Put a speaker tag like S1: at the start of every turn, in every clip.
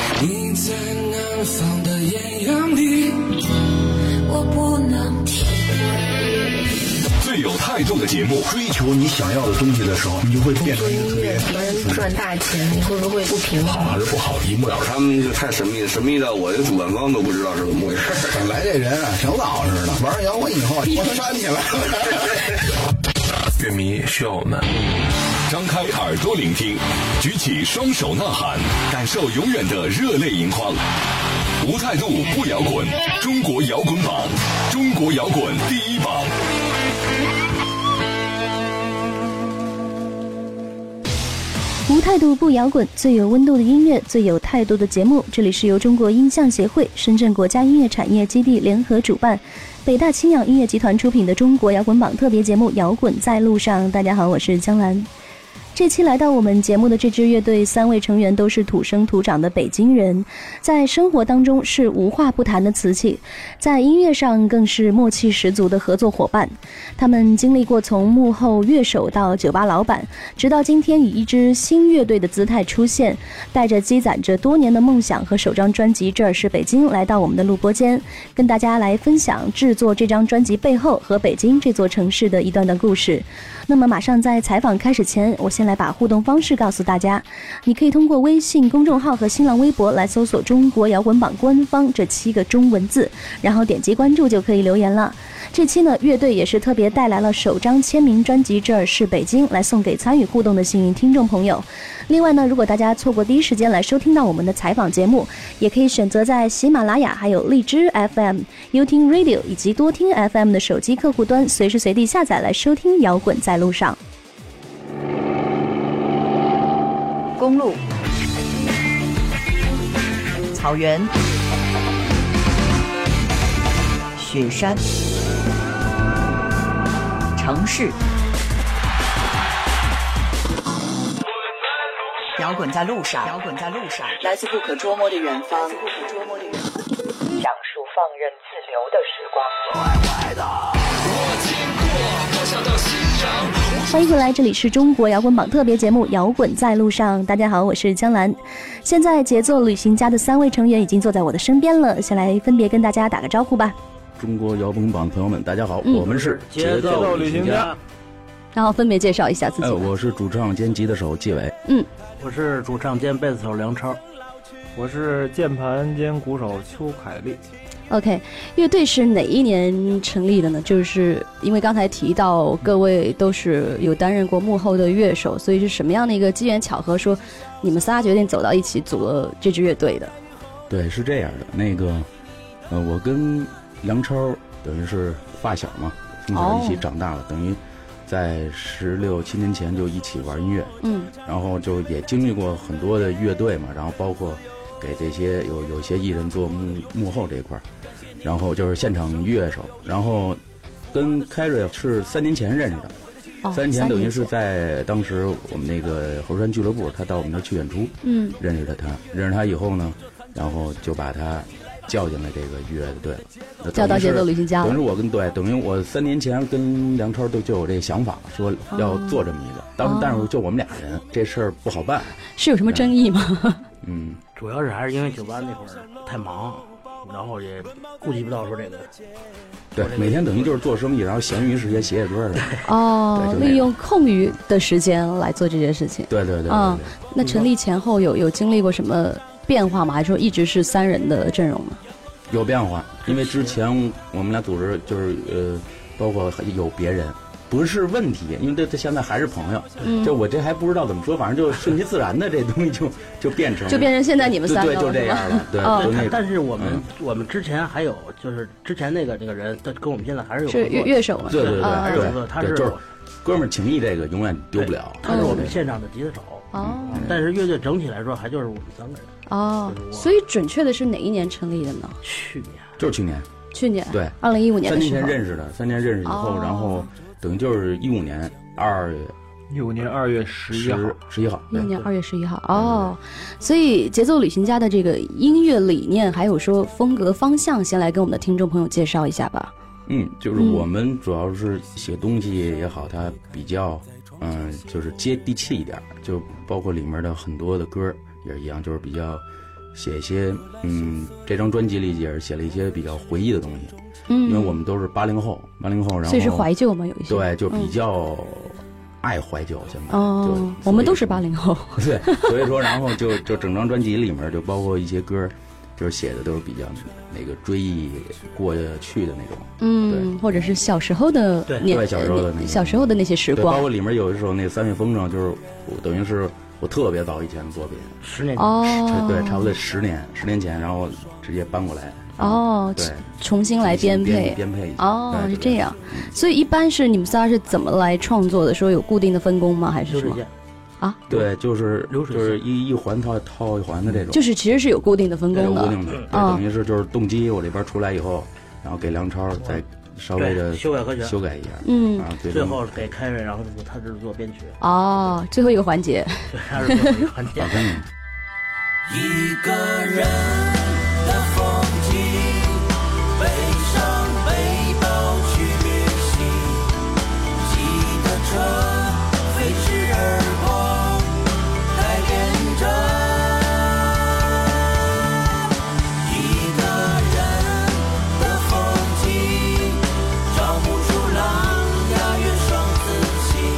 S1: 在南方的艳阳里，
S2: 我不能停。
S3: 最有态度的节目，
S4: 追求你想要的东西的时候，你就会变成
S5: 做
S4: 一个特
S5: 音乐
S4: 别
S5: 什么人赚大钱，你会不会不平衡？
S4: 好还是不好，一目了然。
S6: 他们就太神秘，神秘到我这主办方都不知道是怎么回事。
S4: 本 来这人啊，挺老实的，玩摇滚以后，啊我他妈 起来了。
S7: 乐迷需要我们。
S3: 张开耳朵聆听，举起双手呐喊，感受永远的热泪盈眶。无态度不摇滚，中国摇滚榜，中国摇滚第一榜。
S8: 无态度不摇滚，最有温度的音乐，最有态度的节目。这里是由中国音像协会、深圳国家音乐产业基地联合主办，北大青鸟音乐集团出品的《中国摇滚榜》特别节目《摇滚在路上》。大家好，我是江兰。这期来到我们节目的这支乐队，三位成员都是土生土长的北京人，在生活当中是无话不谈的瓷器，在音乐上更是默契十足的合作伙伴。他们经历过从幕后乐手到酒吧老板，直到今天以一支新乐队的姿态出现，带着积攒着多年的梦想和首张专辑《这儿是北京》来到我们的录播间，跟大家来分享制作这张专辑背后和北京这座城市的一段段故事。那么马上在采访开始前，我先来把互动方式告诉大家。你可以通过微信公众号和新浪微博来搜索“中国摇滚榜官方”这七个中文字，然后点击关注就可以留言了。这期呢，乐队也是特别带来了首张签名专辑《这儿是北京》，来送给参与互动的幸运听众朋友。另外呢，如果大家错过第一时间来收听到我们的采访节目，也可以选择在喜马拉雅、还有荔枝 FM、优听 Radio 以及多听 FM 的手机客户端，随时随地下载来收听《摇滚在路上》。
S9: 公路、草原、雪山、城市。摇滚在路上，摇滚在路上，来自不可捉摸的远方，来自不可捉摸的远方。享受放任自由的时光。
S8: 欢迎回来，这里是中国摇滚榜特别节目《摇滚在路上》。大家好，我是江兰。现在节奏旅行家的三位成员已经坐在我的身边了，先来分别跟大家打个招呼吧。
S10: 中国摇滚榜朋友们，大家好，
S8: 嗯
S10: 我们是节奏旅行家。
S8: 然后分别介绍一下自己
S10: 哎，
S8: 吧。
S10: 我是主唱兼吉他手纪伟。
S11: 我是主唱兼贝斯手梁超，
S12: 我是键盘兼鼓手邱凯丽，
S8: OK，乐队是哪一年成立的呢？就是因为刚才提到各位都是有担任过幕后的乐手，所以是什么样的一个机缘巧合，说你们仨决定走到一起组了这支乐队的？
S10: 对，是这样的，那个，呃，我跟梁超等于是发小嘛，从小一起
S8: 哦
S10: 长大的，等于在十六七年前就一起玩音乐，
S8: 嗯
S10: 然后就也经历过很多的乐队嘛，然后包括给这些有有些艺人做幕幕后这一块儿，然后就是现场乐手，然后跟凯瑞是三年前认识的，
S8: 哦，
S10: 三年前等于
S8: 三
S10: 是
S8: 年前
S10: 在当时我们那个猴山俱乐部，他到我们那儿去演出，
S8: 嗯
S10: 认识了他，认识他以后呢，然后就把他叫进来这个乐队了，那
S8: 叫到
S10: 等于是
S8: 节奏旅行家
S10: 等于
S8: 了
S10: 是。我跟对，等于我三年前跟梁超都就有这想法，说要做这么一个，当
S8: 哦
S10: 时但是就我们俩人，这事儿不好办，
S8: 是有什么争议吗？
S10: 嗯，
S11: 主要是还是因为酒吧那会儿太忙，然后也顾及不到说这个。
S10: 对，每天等于就是做生意，然后闲余时间写写歌 儿的，
S8: 哦
S10: 对，就那样
S8: 利用空余的时间来做这件事情。
S10: 对对对对
S8: 嗯
S10: 对。
S8: 那成立前后有有经历过什么变化吗？还是说一直是三人的阵容吗？
S10: 有变化，因为之前我们俩组织就是呃，包括还有别人，不是问题，因为这这现在还是朋友，
S8: 嗯
S10: 就我这还不知道怎么说，反正就顺其自然的这东西就就变成
S8: 就变成现在你们三个
S10: 对
S8: 了
S10: 对，就这
S8: 是吗
S10: 样了，对，
S8: 哦
S10: 就
S11: 但
S10: 那
S11: 但是我们、
S10: 嗯
S11: 我们之前还有就是之前那个那个人，他跟我们现在还是有合
S8: 是
S11: 作
S8: 乐
S11: 的
S8: 乐手吗？
S10: 对对对
S8: 啊
S11: 还是有
S12: 嗯
S11: 合作，他
S10: 对
S11: 是
S10: 就是哥们儿情谊这个永远丢不了，
S11: 他是我们现场的吉他手。
S8: 嗯
S11: 嗯
S8: 哦
S11: 但是乐队整体来说还就是我们三个人。
S8: 哦，所以准确的是哪一年成立的呢？
S11: 去年
S10: 就是去年
S8: 去年，
S10: 对
S8: 二零一五年
S10: 三
S8: 的
S10: 年
S8: 时
S10: 前
S8: 候。
S10: 认识的，三年认识以后，
S8: 嗯哦
S10: 然后等于就是一五年二月
S12: 一五年二月十一号
S10: 十，十一号，
S8: 一
S10: 对
S8: 五年二月十一号哦，所以节奏旅行家的这个音乐理念，还有说风格方向，先来跟我们的听众朋友介绍一下吧。
S10: 嗯，就是
S8: 嗯
S10: 我们主要是写东西也好，它比较，嗯、就是接地气一点儿，就包括里面的很多的歌儿也一样，就是比较写一些，嗯，这张专辑里也是写了一些比较回忆的东西，
S8: 嗯
S10: 因为我们都是八零后，八零后，然后
S8: 所以是怀旧嘛，有一些
S10: 对，就比
S8: 嗯
S10: 较爱怀旧，现在
S8: 哦，我们都是八零后，
S10: 对，所以说，然后就就整张专辑里面就包括一些歌，就是写的都是比较那个追忆过去的那种，
S8: 嗯，或者是小时候的
S10: 对
S8: 年，
S10: 对小时候的那个
S8: 小时候的那些时
S10: 对，包
S8: 光
S10: 括，里面有一首那《三月风筝》，就是我等于是我特别早以前的作品，
S13: 十年
S8: 哦
S10: 对，差不多十年，十年前，然后直接搬过来，
S8: 哦，
S10: 对，
S8: 重新来编配，
S10: 编配一下
S8: 哦，
S10: 对
S8: 是这样，所以一般是你们仨是怎么来创作的？说有固定的分工吗？还是什么？啊，
S10: 对，就是就是一一环套套一环的这种，
S8: 就是其实是有固定的分
S10: 对有
S8: 工的，
S10: 固定的，对，
S8: 啊
S10: 等于是就是动机，我这边出来以后，然后给梁超再稍微的
S13: 对修改和弦
S10: 修改一下，
S8: 嗯
S10: 啊，
S13: 最后给凯瑞，然后他是做编曲，
S8: 哦，最后一个环节，
S13: 他是做 一环节。
S10: 嗯
S11: 一个人的风景，背上背包去旅行，挤的车飞驰而过，改变着。一个人的风景，找不出狼牙与双子星，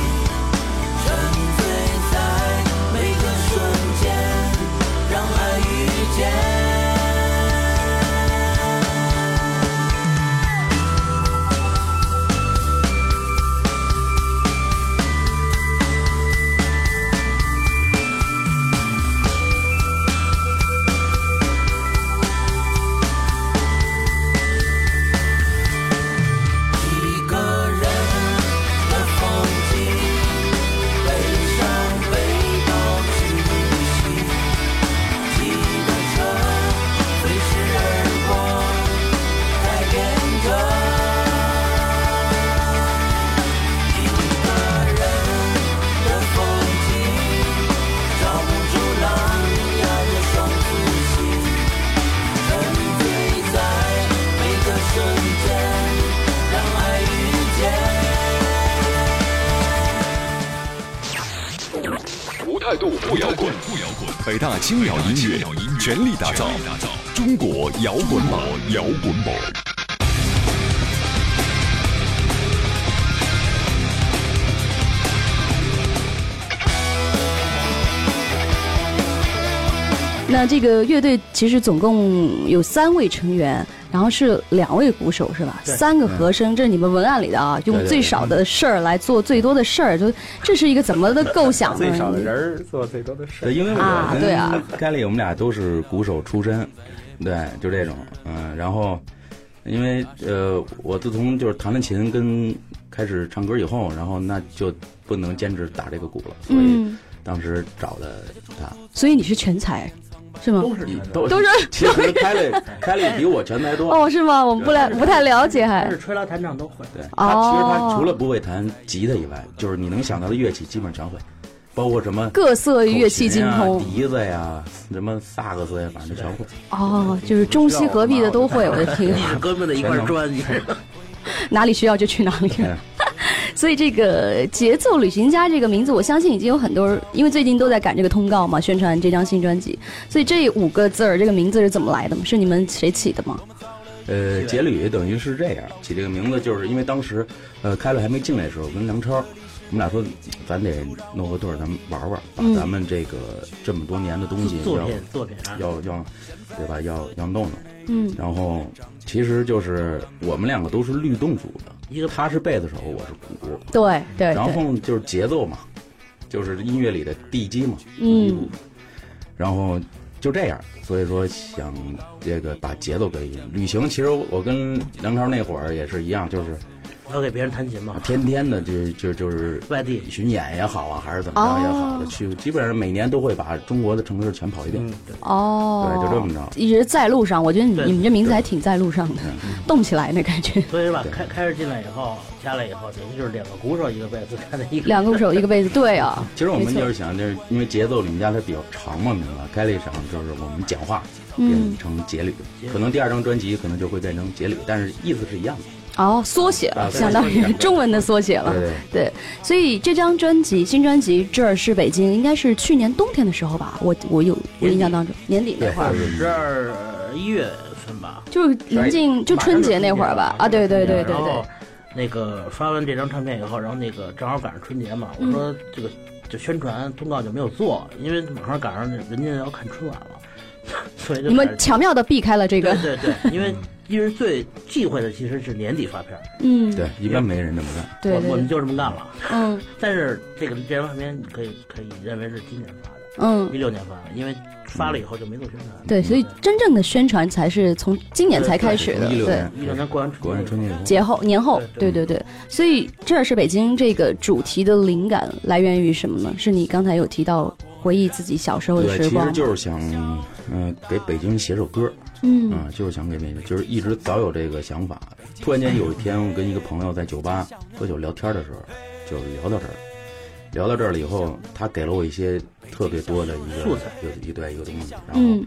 S11: 沉醉在每个瞬间。让爱遇见。一个人的风景，背上背包去旅行。挤的车飞驰而过，改变着一个人的风景，找不出狼牙的双子星，沉醉在每个瞬间，让爱遇见。
S3: 无态度不摇滚，不摇滚。北大青鸟音乐全力打造中国摇滚榜，摇滚榜。
S8: 那这个乐队其实总共有三位成员，然后是两位鼓手是吧？
S10: 对
S8: 三个和声，这是你们文案里的啊，用
S10: 对对
S8: 最少的事儿来做最多的事儿，就这是一个怎么的构想呢？
S12: 儿做最多的事
S10: 对，因为
S8: 啊
S10: 我
S8: 对啊
S10: 跟盖里我们俩都是鼓手出身，对，就这种，嗯，然后因为呃，我自从就是弹了琴跟开始唱歌以后，然后那就不能兼职打这个鼓了，所以
S8: 嗯
S10: 当时找的他，
S8: 所以你是全才，是吗？
S10: 都
S8: 都是
S10: 其实凯里凯里比我全才多
S8: 哦，是吗？我们不来不太了解还
S13: 但。是吹拉弹唱都会。
S10: 对他
S8: 哦
S10: 其实他除了不会弹吉他以外，就是你能想到的乐器基本上全会，包括什么
S8: 各色乐器精通
S10: 口琴呀啊笛子呀，什么萨克斯呀，反正全会。
S8: 哦，就是中西合璧的都会，我的天！啊
S13: 哥们的一块 砖，你知道吗
S8: 哪里需要就去哪里。
S10: 哎
S8: 所以这个节奏旅行家这个名字，我相信已经有很多人，因为最近都在赶这个通告嘛，宣传这张新专辑。所以这五个字儿，这个名字是怎么来的吗？是你们谁起的吗？
S10: 呃，杰旅等于是这样起这个名字，就是因为当时，呃，开了还没进来的时候，我跟梁超，我们俩说，咱得弄个对儿，咱们玩玩，把
S13: 嗯
S10: 咱们这个这么多年的东西要
S13: 作品作品啊
S10: 要要，对吧？要要弄弄。
S13: 嗯
S10: 然后其实就是我们两个都是律动组的，
S13: 一个
S10: 他是贝斯手，我是鼓，
S8: 对对
S10: 然
S8: 哎对，
S10: 后就是节奏嘛，就是音乐里的地基嘛，
S8: 嗯，
S10: 然后就这样，所以说想这个把节奏给旅行。其实我跟梁超那会儿也是一样，就是啊
S13: 我给别人弹琴嘛，
S10: 天天的就就就是
S13: 外地
S10: 巡演也好啊，还是怎么着也好的，
S8: 哦
S10: 去基本上每年都会把中国的城市全跑一遍。
S11: 嗯
S8: 哦，
S10: 对就这么着
S8: 一直在路上。我觉得你你们这名字还挺在路上的，动起来那感 觉。
S13: 所以吧，开开始进来以后，加来以后，等于就是两个鼓手一个贝斯，加在一个
S8: 两个手一个被子，对啊。
S10: 其实我
S8: 没
S10: 们
S8: 错
S10: 就是想，就是因为节奏你们家它比较长嘛，名字该了一场就是我们讲话
S8: 嗯
S10: 变成节律，可能第二张专辑可能就会变成节律，但是意思是一样的。
S8: 哦，缩写了，
S10: 啊对
S8: 相当于中文的缩写了。
S10: 对对
S8: 对，所以这张专辑新专辑《这儿是北京》，应该是去年冬天的时候吧？我我有我印象当中年底那会儿，
S13: 十二呃一月份吧，
S8: 就是临近就春节那会儿吧？啊，对对对对
S13: 然
S8: 对
S13: 后。
S11: 哦
S13: 那个发完这张唱片以后，然后那个正好赶上春节嘛，我
S8: 嗯
S13: 说这个就宣传通告就没有做，因为马上赶上人家要看春晚了， 所以就
S8: 你们
S13: 赶上
S8: 巧妙的避开了这个，
S13: 对对对，因为因为最忌讳的其实是年底发片儿，
S8: 嗯，
S10: 对，一般没人这么干。
S8: 对对对
S13: 我我们就这么干了。
S8: 嗯，
S13: 但是这个这张唱片你可以可以认为是今年发的，
S8: 嗯
S13: 一六年发的，因为发了以后就没做宣传。
S8: 对，所以真正的宣传才是从今年才开始的，对。
S13: 一六年过完过完春
S10: 节
S8: 节后年后，对对对，所以这儿是北京这个主题的灵感来源于什么呢？是你刚才有提到回忆自己小时候的
S10: 对，
S8: 时
S10: 其
S8: 光
S10: 实
S8: 吗，
S10: 就是想，嗯、给北京写首歌，
S8: 嗯
S10: 啊就是想给北京，就是一直早有这个想法。突然间有一天，我跟一个朋友在酒吧喝酒聊天的时候，就聊到这儿，聊到这儿了以后，他给了我一些特别多的一个
S13: 素材
S10: 有一对一个东西，然后
S8: 嗯，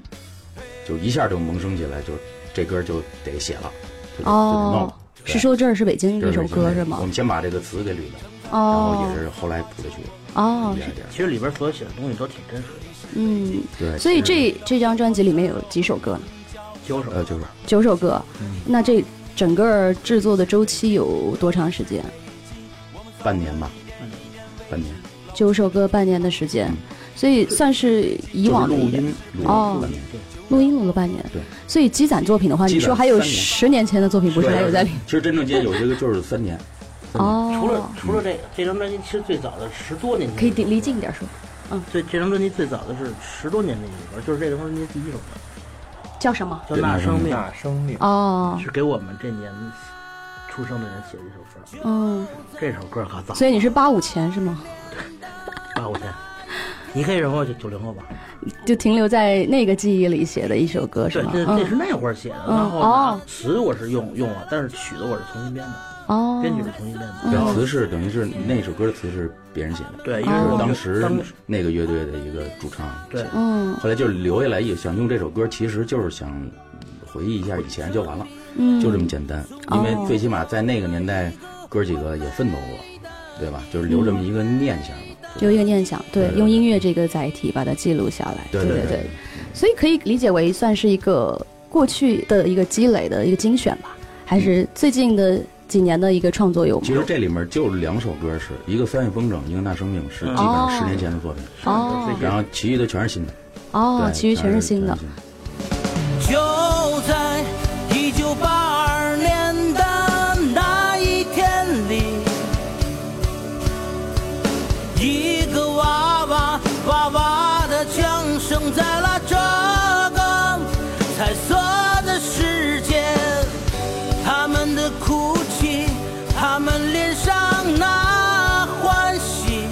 S10: 就一下就萌生起来，就这歌就得写了，就得,、就得弄
S8: 哦
S10: 了。，对
S8: 是说这儿是北京这首歌
S10: 这
S8: 是
S10: 我
S8: 吗？
S10: 们先把这个词给捋了，然后
S8: 哦
S10: 也，是后来补的曲。
S8: 哦，
S13: 其实里边所有写的东西都挺真实的，
S8: 嗯，
S10: 对
S8: 所以
S13: 其
S8: 这这张专辑里面有几首歌呢？
S13: 九首
S10: 呃九首，
S8: 九首歌，
S10: 嗯
S8: 那这整个制作的周期有多长时间？
S10: 半年吧，半年。
S8: 九首歌半年的时间，所以算是以往的
S10: 嗯就是
S8: 一
S10: 录
S8: 个
S10: 音录
S8: 哦
S10: 录半年，
S8: 录音录了半年，
S10: 对，
S8: 所以积攒作品的话，
S10: 积
S8: 你
S10: 攒
S8: 说还有
S10: 三年
S8: 十年前的作品不是还有在里？
S10: 其实真正间有一个就是三年，
S8: 哦，
S13: 除了除了这个这张专辑，其实最早的十多年前
S8: 可以离离近一点说，嗯，
S13: 对，这张专辑最早的是十多年前的一首歌，就是这张专辑第一首歌，
S8: 叫什么？
S13: 叫《那生命》，
S12: 那生命
S8: 哦
S13: 是给我们这年出生的人写的一首歌。
S8: 嗯，
S13: 这首歌可早，
S8: 所以你是八五前是吗？
S13: 八五前，你可以认为我九九零后吧？
S8: 就停留在那个记忆里写的一首歌是
S13: 对，
S8: 吗？
S13: 这
S8: 嗯
S13: 这是那会儿写的，
S8: 嗯
S13: 然后
S8: 哦
S13: 呢词我是用用了，但是曲子我是重新编的，
S8: 哦，
S13: 编曲是重新编的。然
S10: 对，
S13: 后
S10: 词是等于是那首歌的词是别人写的，
S8: 哦
S13: 对因为
S10: 是
S13: 我们
S10: 当时
S13: 当时
S10: 那个乐队的一个主唱，
S13: 对
S8: 嗯
S10: 后来就留下来也想用这首歌，其实就是想回忆一下以前就完了，
S8: 嗯
S10: 就这么简单，
S8: 哦
S10: 因为最起码在那个年代，哥几个也奋斗过，对吧？就是留这么一个念想，
S8: 有一个念想，对
S10: 对，对
S8: 用音乐这个载体把它记录下来，
S10: 对
S8: 对
S10: 对
S8: 对，所以可以理解为算是一个过去的一个积累的一个精选吧，还是最近的几年的一个创作有吗？
S10: 其实这里面就两首歌是一个《三月风筝》，一个《那生命》，是基本上十年前的作品，
S8: 哦是
S10: 然后其余的全是新的，
S8: 哦，
S10: 对
S8: 其余全是新的，
S11: 就在一九八二年的那一天里，一个娃娃哇哇的降生在了这个彩色的世界，他们的哭泣，他们脸上那欢喜。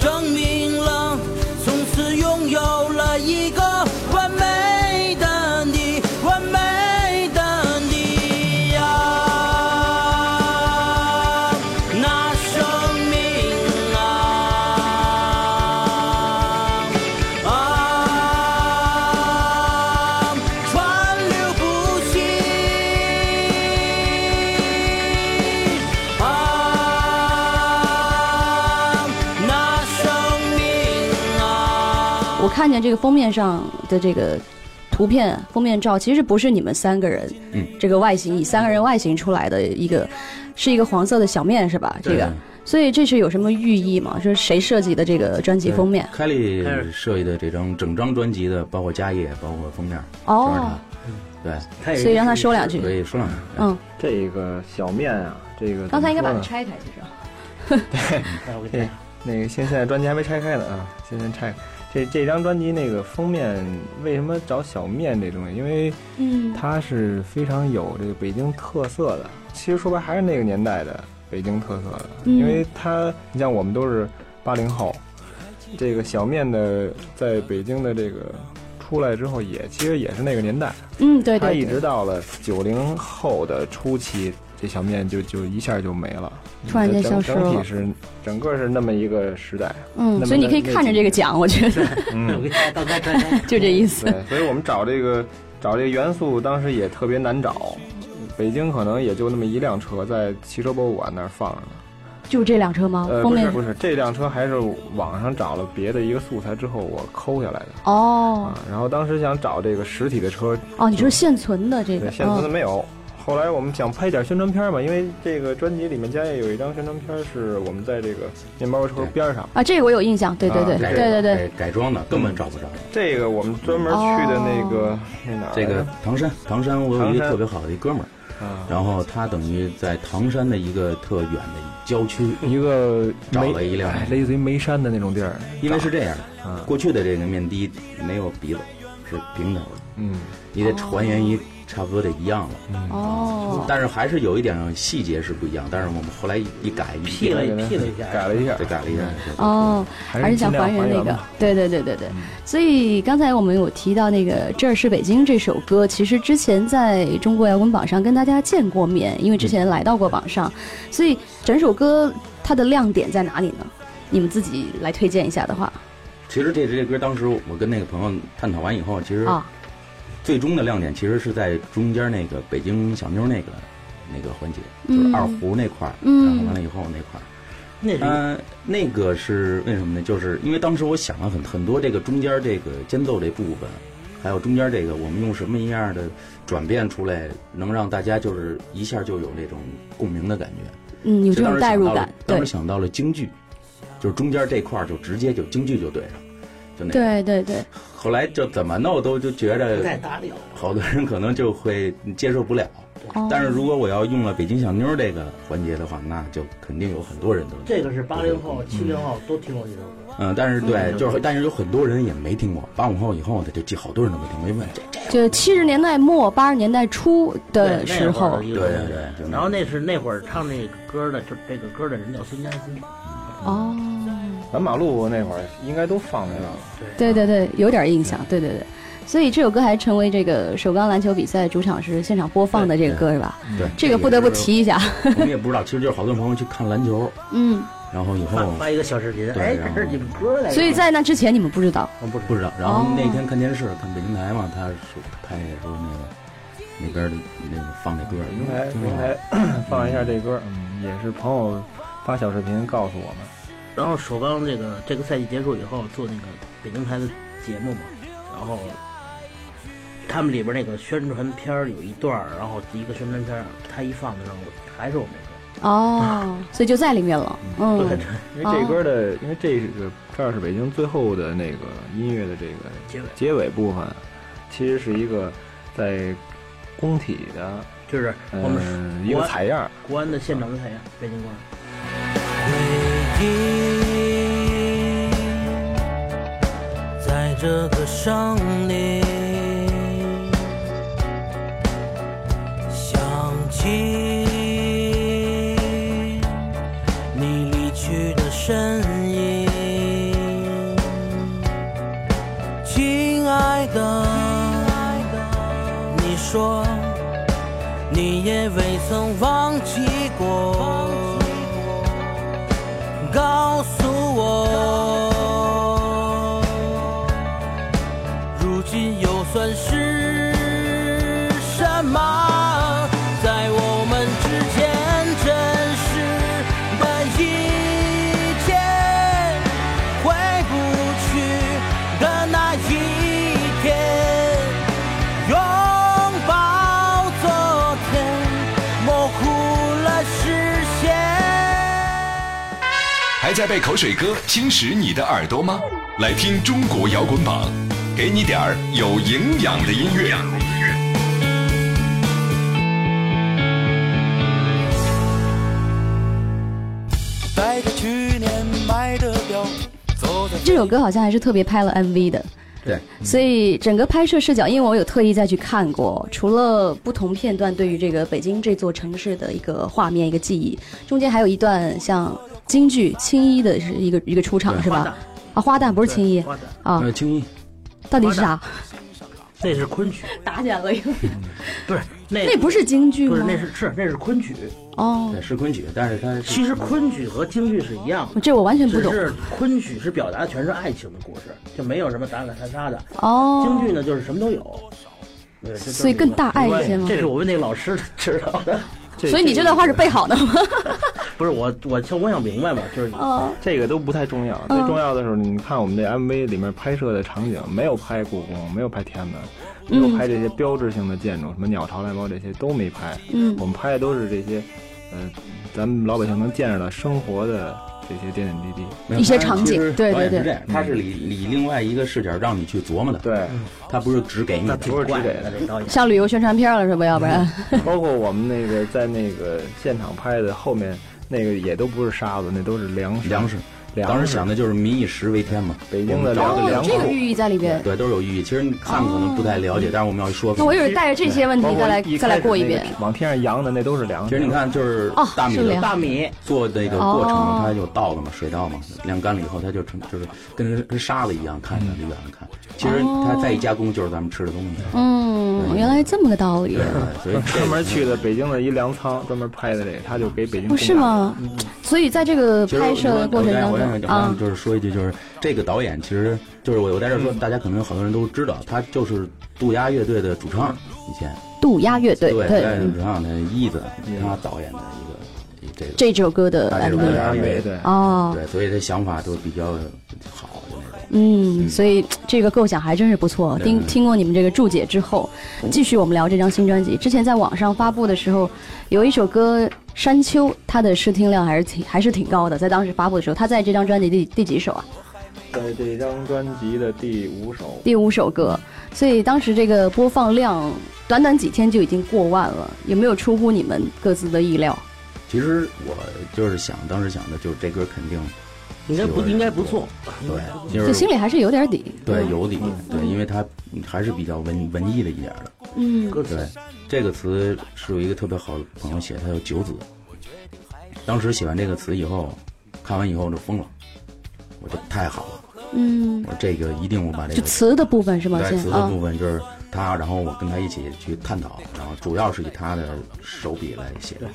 S11: 证明了，从此拥有了一个完美的你，完美的你呀、那生命啊啊，川流不息啊，那生命啊。
S8: 我看见这个封面上的这个图片封面照，其实不是你们三个人，
S10: 嗯
S8: 这个外形以三个人外形出来的一个，是一个黄色的小面是吧？这
S10: 对
S8: 个，所以这是有什么寓意吗？就是谁设计的这个专辑封面？
S10: 凯莉设计的这张整张专辑的，包括家业，包括封面，全是
S8: 哦
S10: 他，对，
S8: 他也是所以让他说两句
S10: 可以说两句。
S8: 嗯，
S12: 这个小面啊，这个
S8: 刚才应该把它
S12: 怎么
S8: 拆开，其实。
S12: 说呢。对，那个现在专辑还没拆开呢啊，先先拆开。这这张专辑那个封面为什么找小面这东西？因为
S8: 嗯
S12: 它是非常有这个北京特色的。其实说白还是那个年代的北京特色的，
S14: 嗯
S12: 因为它你像我们都是八零后，这个小面的在北京的这个出来之后也其实也是那个年代，
S8: 嗯，对
S12: 他
S8: 对
S12: 一
S8: 对
S12: 直到了九零后的初期，这小面就就一下就没了，
S8: 突然间消失了
S12: 整整体是整个是那么一个时代。
S8: 嗯，所以你可以看着这
S12: 个，
S8: 个奖，我觉得
S12: 嗯，
S8: 就这意思。
S12: 对，所以我们找这个找这个元素，当时也特别难找，北京可能也就那么一辆车在汽车博物馆那儿放着呢。
S8: 就这辆车吗？
S12: 呃，
S8: 后
S12: 不是
S8: 面
S12: 不是，这辆车还是网上找了别的一个素材之后我抠下来的。啊
S8: 哦
S12: 然后当时想找这个实体的车，
S8: 哦，你说现存的这
S12: 对，
S8: 个
S12: 现存的
S8: 嗯
S12: 没有。后来我们想拍点宣传片嘛，因为这个专辑里面佳叶有一张宣传片是我们在这个面包车边上。
S8: 啊，这个我有印象，对对对
S12: 啊
S8: 对对对，嗯
S10: 改装的根本找不着。
S12: 这个我们专门去的那个、
S8: 哦
S12: 那哪儿来着？
S10: 这
S12: 啊
S10: 个唐山，唐山我有一个
S12: 唐山
S10: 特别好的一哥们儿，然后他等于在唐山的一个特远的郊区，
S12: 一个
S10: 找
S12: 煤
S10: 了一辆
S12: 哎类似于眉山的那种地儿，
S10: 因为是这样
S12: 嗯
S10: 的，过去的这个面的没有鼻子，是平头的，
S12: 嗯，
S10: 你得还原一差不多得一样了，
S8: 哦，
S10: 但是还是有一点细节是不一样，但是我们后来一改，
S13: P 了一 P 了一下
S10: 改了一下，嗯对，改了一下，
S8: 哦，
S10: 还是
S8: 还是想
S10: 尽量
S8: 还原
S10: 还
S8: 那
S10: 原嗯
S8: 个
S10: 吧，
S8: 对对对对对。所以刚才我们有提到那个《这儿是北京》这首歌，其实之前在中国摇滚榜上跟大家见过面，因为之前来到过榜上，所以整首歌它的亮点在哪里
S10: 嗯
S8: 呢？你们自己来推荐一下的话，
S10: 其实这这歌当时我跟那个朋友探讨完以后，其实
S8: 啊
S10: 最终的亮点其实是在中间那个北京小妞那个那个环节，就
S8: 嗯
S10: 是二胡那块儿，
S8: 嗯
S10: 然后完了以后那块儿。
S13: 那是
S10: 嗯、那个是为什么呢？就是因为当时我想了很很多这个中间这个间奏这部分，还有中间这个我们用什么样的转变出来，能让大家就是一下就有那种共鸣的感觉。
S8: 嗯，有这种代入感，
S10: 当
S8: 对
S10: 时想到了京剧，就是中间这块儿就直接就京剧就对上，就那个。
S8: 对对对，
S10: 后来就怎么弄都就觉着
S13: 不太搭理我
S10: 好多人可能就会接受不了
S13: 哦。
S10: 但是如果我要用了北京小妞儿这个环节的话，那就肯定有很多人都
S13: 这个是八零后、七零后都听过这首歌，
S10: 嗯，但是对，
S13: 嗯
S10: 就是但是有很多人也没听过，八五后以后的就记好多人都没听过，因为这
S8: 就七十年代末八十年代初的
S13: 对
S8: 时候，
S10: 对对对，
S13: 然后那是那会儿唱这个歌的，就这个歌的人叫孙佳欣。
S8: 哦，
S12: 南马路那会儿应该都放那个了。
S8: 对对对，有点印象，对对对。所以这首歌还成为这个首钢篮球比赛主场时现场播放的这个歌是吧？
S10: 对，
S8: 这个不得不提一下。
S10: 我们也不知道，其实就是好多朋友去看篮球，
S8: 嗯，
S10: 然后以 后
S13: 发
S11: 哦
S13: 发一个小视频，
S10: 哦对
S13: 哎，
S10: 然后
S13: 这是你们歌来着。
S8: 所以在那之前你们不知道，
S10: 不知道。然后
S8: 哦
S10: 那天看电视，看北京台嘛，他说拍的时候那个那边儿的那个放这歌儿，
S12: 平台
S10: 挺
S12: 平
S10: 好
S12: 台 放一下这歌，嗯，也是朋友发小视频告诉我们。
S13: 然后首钢这个这个赛季结束以后做那个北京台的节目嘛，然后他们里边那个宣传片儿有一段儿，然后一个宣传片儿他一放的时候，我还是我们
S8: 哦，所以就在里面了。嗯，
S13: 对对
S12: 因为这歌的，因为这个这儿是北京最后的那个音乐的这个
S13: 结尾
S12: 结尾部分，其实是一个在工体的，
S13: 就是我们
S12: 嗯一个采样儿。
S13: 国安的现场的采样，啊北京国安。
S11: 回忆，在这个乡里，想起你离去的身影，亲爱的，你说你也未曾忘记过。告诉我，如今又算是什么？在我们之间真实的一切，回不去的那一天，拥抱昨天，模糊了视线。
S3: 还在被口水歌侵蚀你的耳朵吗？来听中国摇滚榜，给你点儿有营养的音乐。
S11: 带着去年买的表，走在
S8: 这首歌好像还是特别拍了 MV 的。
S10: 对，
S8: 所以整个拍摄视角，因为我有特意再去看过，除了不同片段对于这个北京这座城市的一个画面、一个记忆，中间还有一段像京剧青衣的是一个一个出场
S13: 对
S8: 是吧
S13: 花旦？
S8: 啊，花旦不是青衣
S13: 花旦
S8: 啊，
S10: 呃，青衣
S8: 到底是啥？
S13: 那是昆曲，
S8: 打起来了又。
S13: 不是那
S8: 那不是京剧
S13: 不
S8: 吗？
S13: 是那是是那是昆曲。
S8: 哦，
S10: 对，是昆曲，但是它
S13: 其实昆曲和京剧是一样的，
S8: 这我完全不懂
S13: 只是昆曲是表达的全是爱情的故事，就没有什么打打杀杀的。
S8: 哦
S13: 京剧呢就是什么都有，对这都
S8: 所以更大爱一些吗
S13: 这是我们那老师知道的。
S8: 所以你这段话是背好的吗？
S13: 不是我，我就我想明白吧，就 是
S8: 哦
S12: 这个都不太重要。
S8: 嗯
S12: 最重要的时候，你看我们这 MV 里面拍摄的场景，没有拍故宫，没有拍天安门，没有拍这些标志性的建筑，什么鸟巢、来猫这些都没拍。
S8: 嗯
S12: 我们拍的都是这些，呃，咱们老百姓能见着的生活的这些点点滴滴，
S8: 一些场景
S10: 其实
S8: 对对
S10: 导演
S8: 对
S10: 是这样他是以以另外一个视角让你去琢磨的，
S12: 对，
S10: 他不是只给你的，
S12: 不是只给的。
S8: 像旅游宣传片了是吧？要不然，
S12: 包括我们那个在那个现场拍的后面那个也都不是沙子，那都是粮食。
S10: 粮食，
S12: 粮食
S10: 当时想的就是民以食为天嘛，
S12: 北京的粮
S8: 哦，有这个寓意在里边。
S10: 对，都是有寓意。其实你看可能不太了解，但是我们要说。
S8: 哦那我一会儿带着这些问题再来再来过一遍。
S12: 往天上扬的那都是粮食。
S10: 其实你看，就是
S8: 哦
S10: 大米
S8: 是
S10: 的
S8: 粮大
S13: 米
S10: 做那个
S8: 哦
S10: 过程，它有稻子嘛，水稻嘛，晾干了以后，它就成就是跟跟沙子一样，看着
S12: 嗯
S10: 离远了看。其实它
S8: 哦
S10: 再一加工，就是咱们吃的东西。
S8: 嗯，原来这么个道理。啊
S10: 所以
S12: 专门去的北京的一粮仓，专门拍的这个，他就给北京
S8: 不哦是吗？所以在这个拍摄的过程当
S10: 我想
S8: 中啊，
S10: 就是说一句，就是这个导演其实就是我我在这儿
S8: 嗯
S10: 说，大家可能有好多人都知道，他就是杜鸦乐队的主唱，以前
S8: 渡鸦乐队
S10: 对
S8: 嗯对，
S10: 在
S8: 嗯
S10: 主唱的意子，他导演的一个这个
S8: 这首歌的
S10: 大这首歌
S8: MV
S10: 对
S8: 哦
S10: 对，所以他想法都比较好。
S8: 嗯，所以这个构想还真是不错。
S10: 对
S8: 听听过你们这个注解之后，继续我们聊这张新专辑。之前在网上发布的时候，有一首歌《山丘》，它的试听量还是挺还是挺高的。在当时发布的时候，它在这张专辑第第几首啊？
S12: 在这张专辑的第五首，
S8: 第五首歌。所以当时这个播放量，短短几天就已经过万了，有没有出乎你们各自的意料？
S10: 其实我就是想，当时想的就是这歌肯定
S13: 应该不应该不错，
S10: 对，
S8: 嗯就心里嗯还是有点底。
S10: 对有理，对，因为它还是比较文文艺的一点儿的。
S8: 嗯，
S10: 对，这个词是有一个特别好的朋友写，他叫九子。当时写完这个词以后，看完以后我就疯了，我说太好了，
S8: 嗯
S10: 我，说这个一定我把这
S8: 就
S10: 个
S8: 词的部分是吗？
S10: 对
S8: 先
S10: 词的
S8: 啊
S10: 部，分就是他，然后我跟他一起去探讨，然后主要是以他的手笔来写的，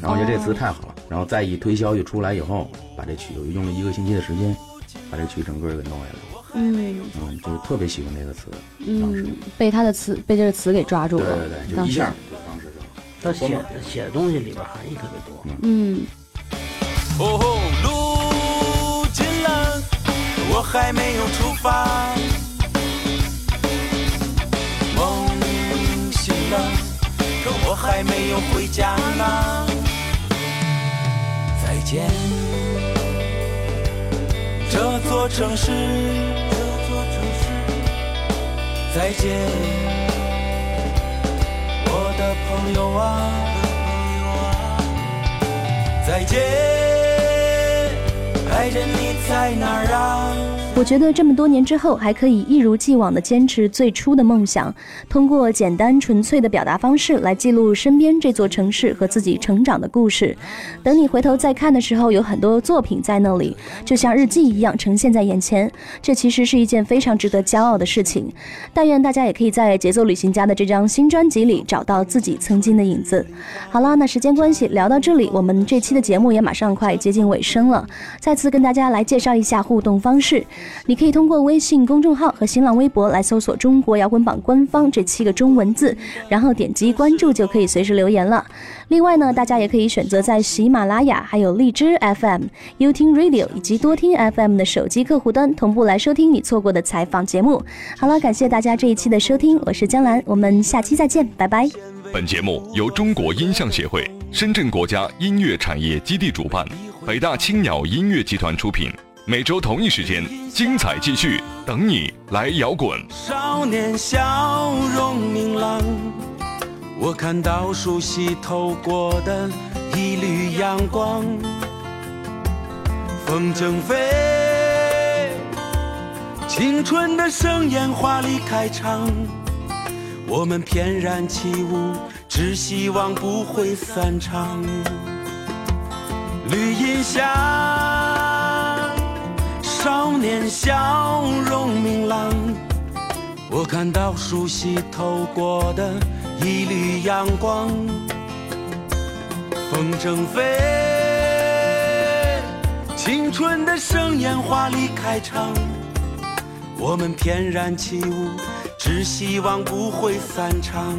S10: 然后我觉得
S8: 哦
S10: 这词太好了，然后再一推销一出来以后，把这曲用了一个星期的时间，把这曲整个给弄下来了，
S8: 嗯
S10: 嗯，就是特别喜欢这个词，
S8: 嗯，被他的词被这个词给抓住
S10: 对
S8: 了，
S10: 对对，就
S8: 当
S10: 一
S8: 时
S10: 下就当时就
S13: 他写写的东西里边含义特别多。
S8: 嗯。
S11: 哦吼，路近了，我还没有出发。梦醒了，可我还没有回家呢。再见，这座城市。再见，我的朋友啊。再见，爱人你在哪儿啊？
S15: 我觉得这么多年之后，还可以一如既往地坚持最初的梦想，通过简单纯粹的表达方式来记录身边这座城市和自己成长的故事。等你回头再看的时候，有很多作品在那里，就像日记一样呈现在眼前。这其实是一件非常值得骄傲的事情。但愿大家也可以在《节奏旅行家》的这张新专辑里找到自己曾经的影子。好了，那时间关系，聊到这里，我们这期的节目也马上快接近尾声了。再次跟大家来介绍一下互动方式，你可以通过微信公众号和新浪微博来搜索“中国摇滚榜官方”这七个中文字，然后点击关注就可以随时留言了。另外呢，大家也可以选择在喜马拉雅、还有荔枝 FM、优听 Radio 以及多听 FM 的手机客户端同步来收听你错过的采访节目。好了，感谢大家这一期的收听，我是江兰，我们下期再见，拜拜。
S3: 本节目由中国音像协会、深圳国家音乐产业基地主办，北大青鸟音乐集团出品。每周同一时间，精彩继续，等你来摇滚。
S11: 少年笑容明朗，我看到熟悉透过的一缕阳光，风筝飞，青春的盛宴华丽开场，我们翩然起舞，只希望不会散场。绿荫下，少年笑容明朗。我看到熟悉透过的一缕阳光，风筝飞，青春的盛宴华丽开场，我们翩然起舞，只希望不会散场。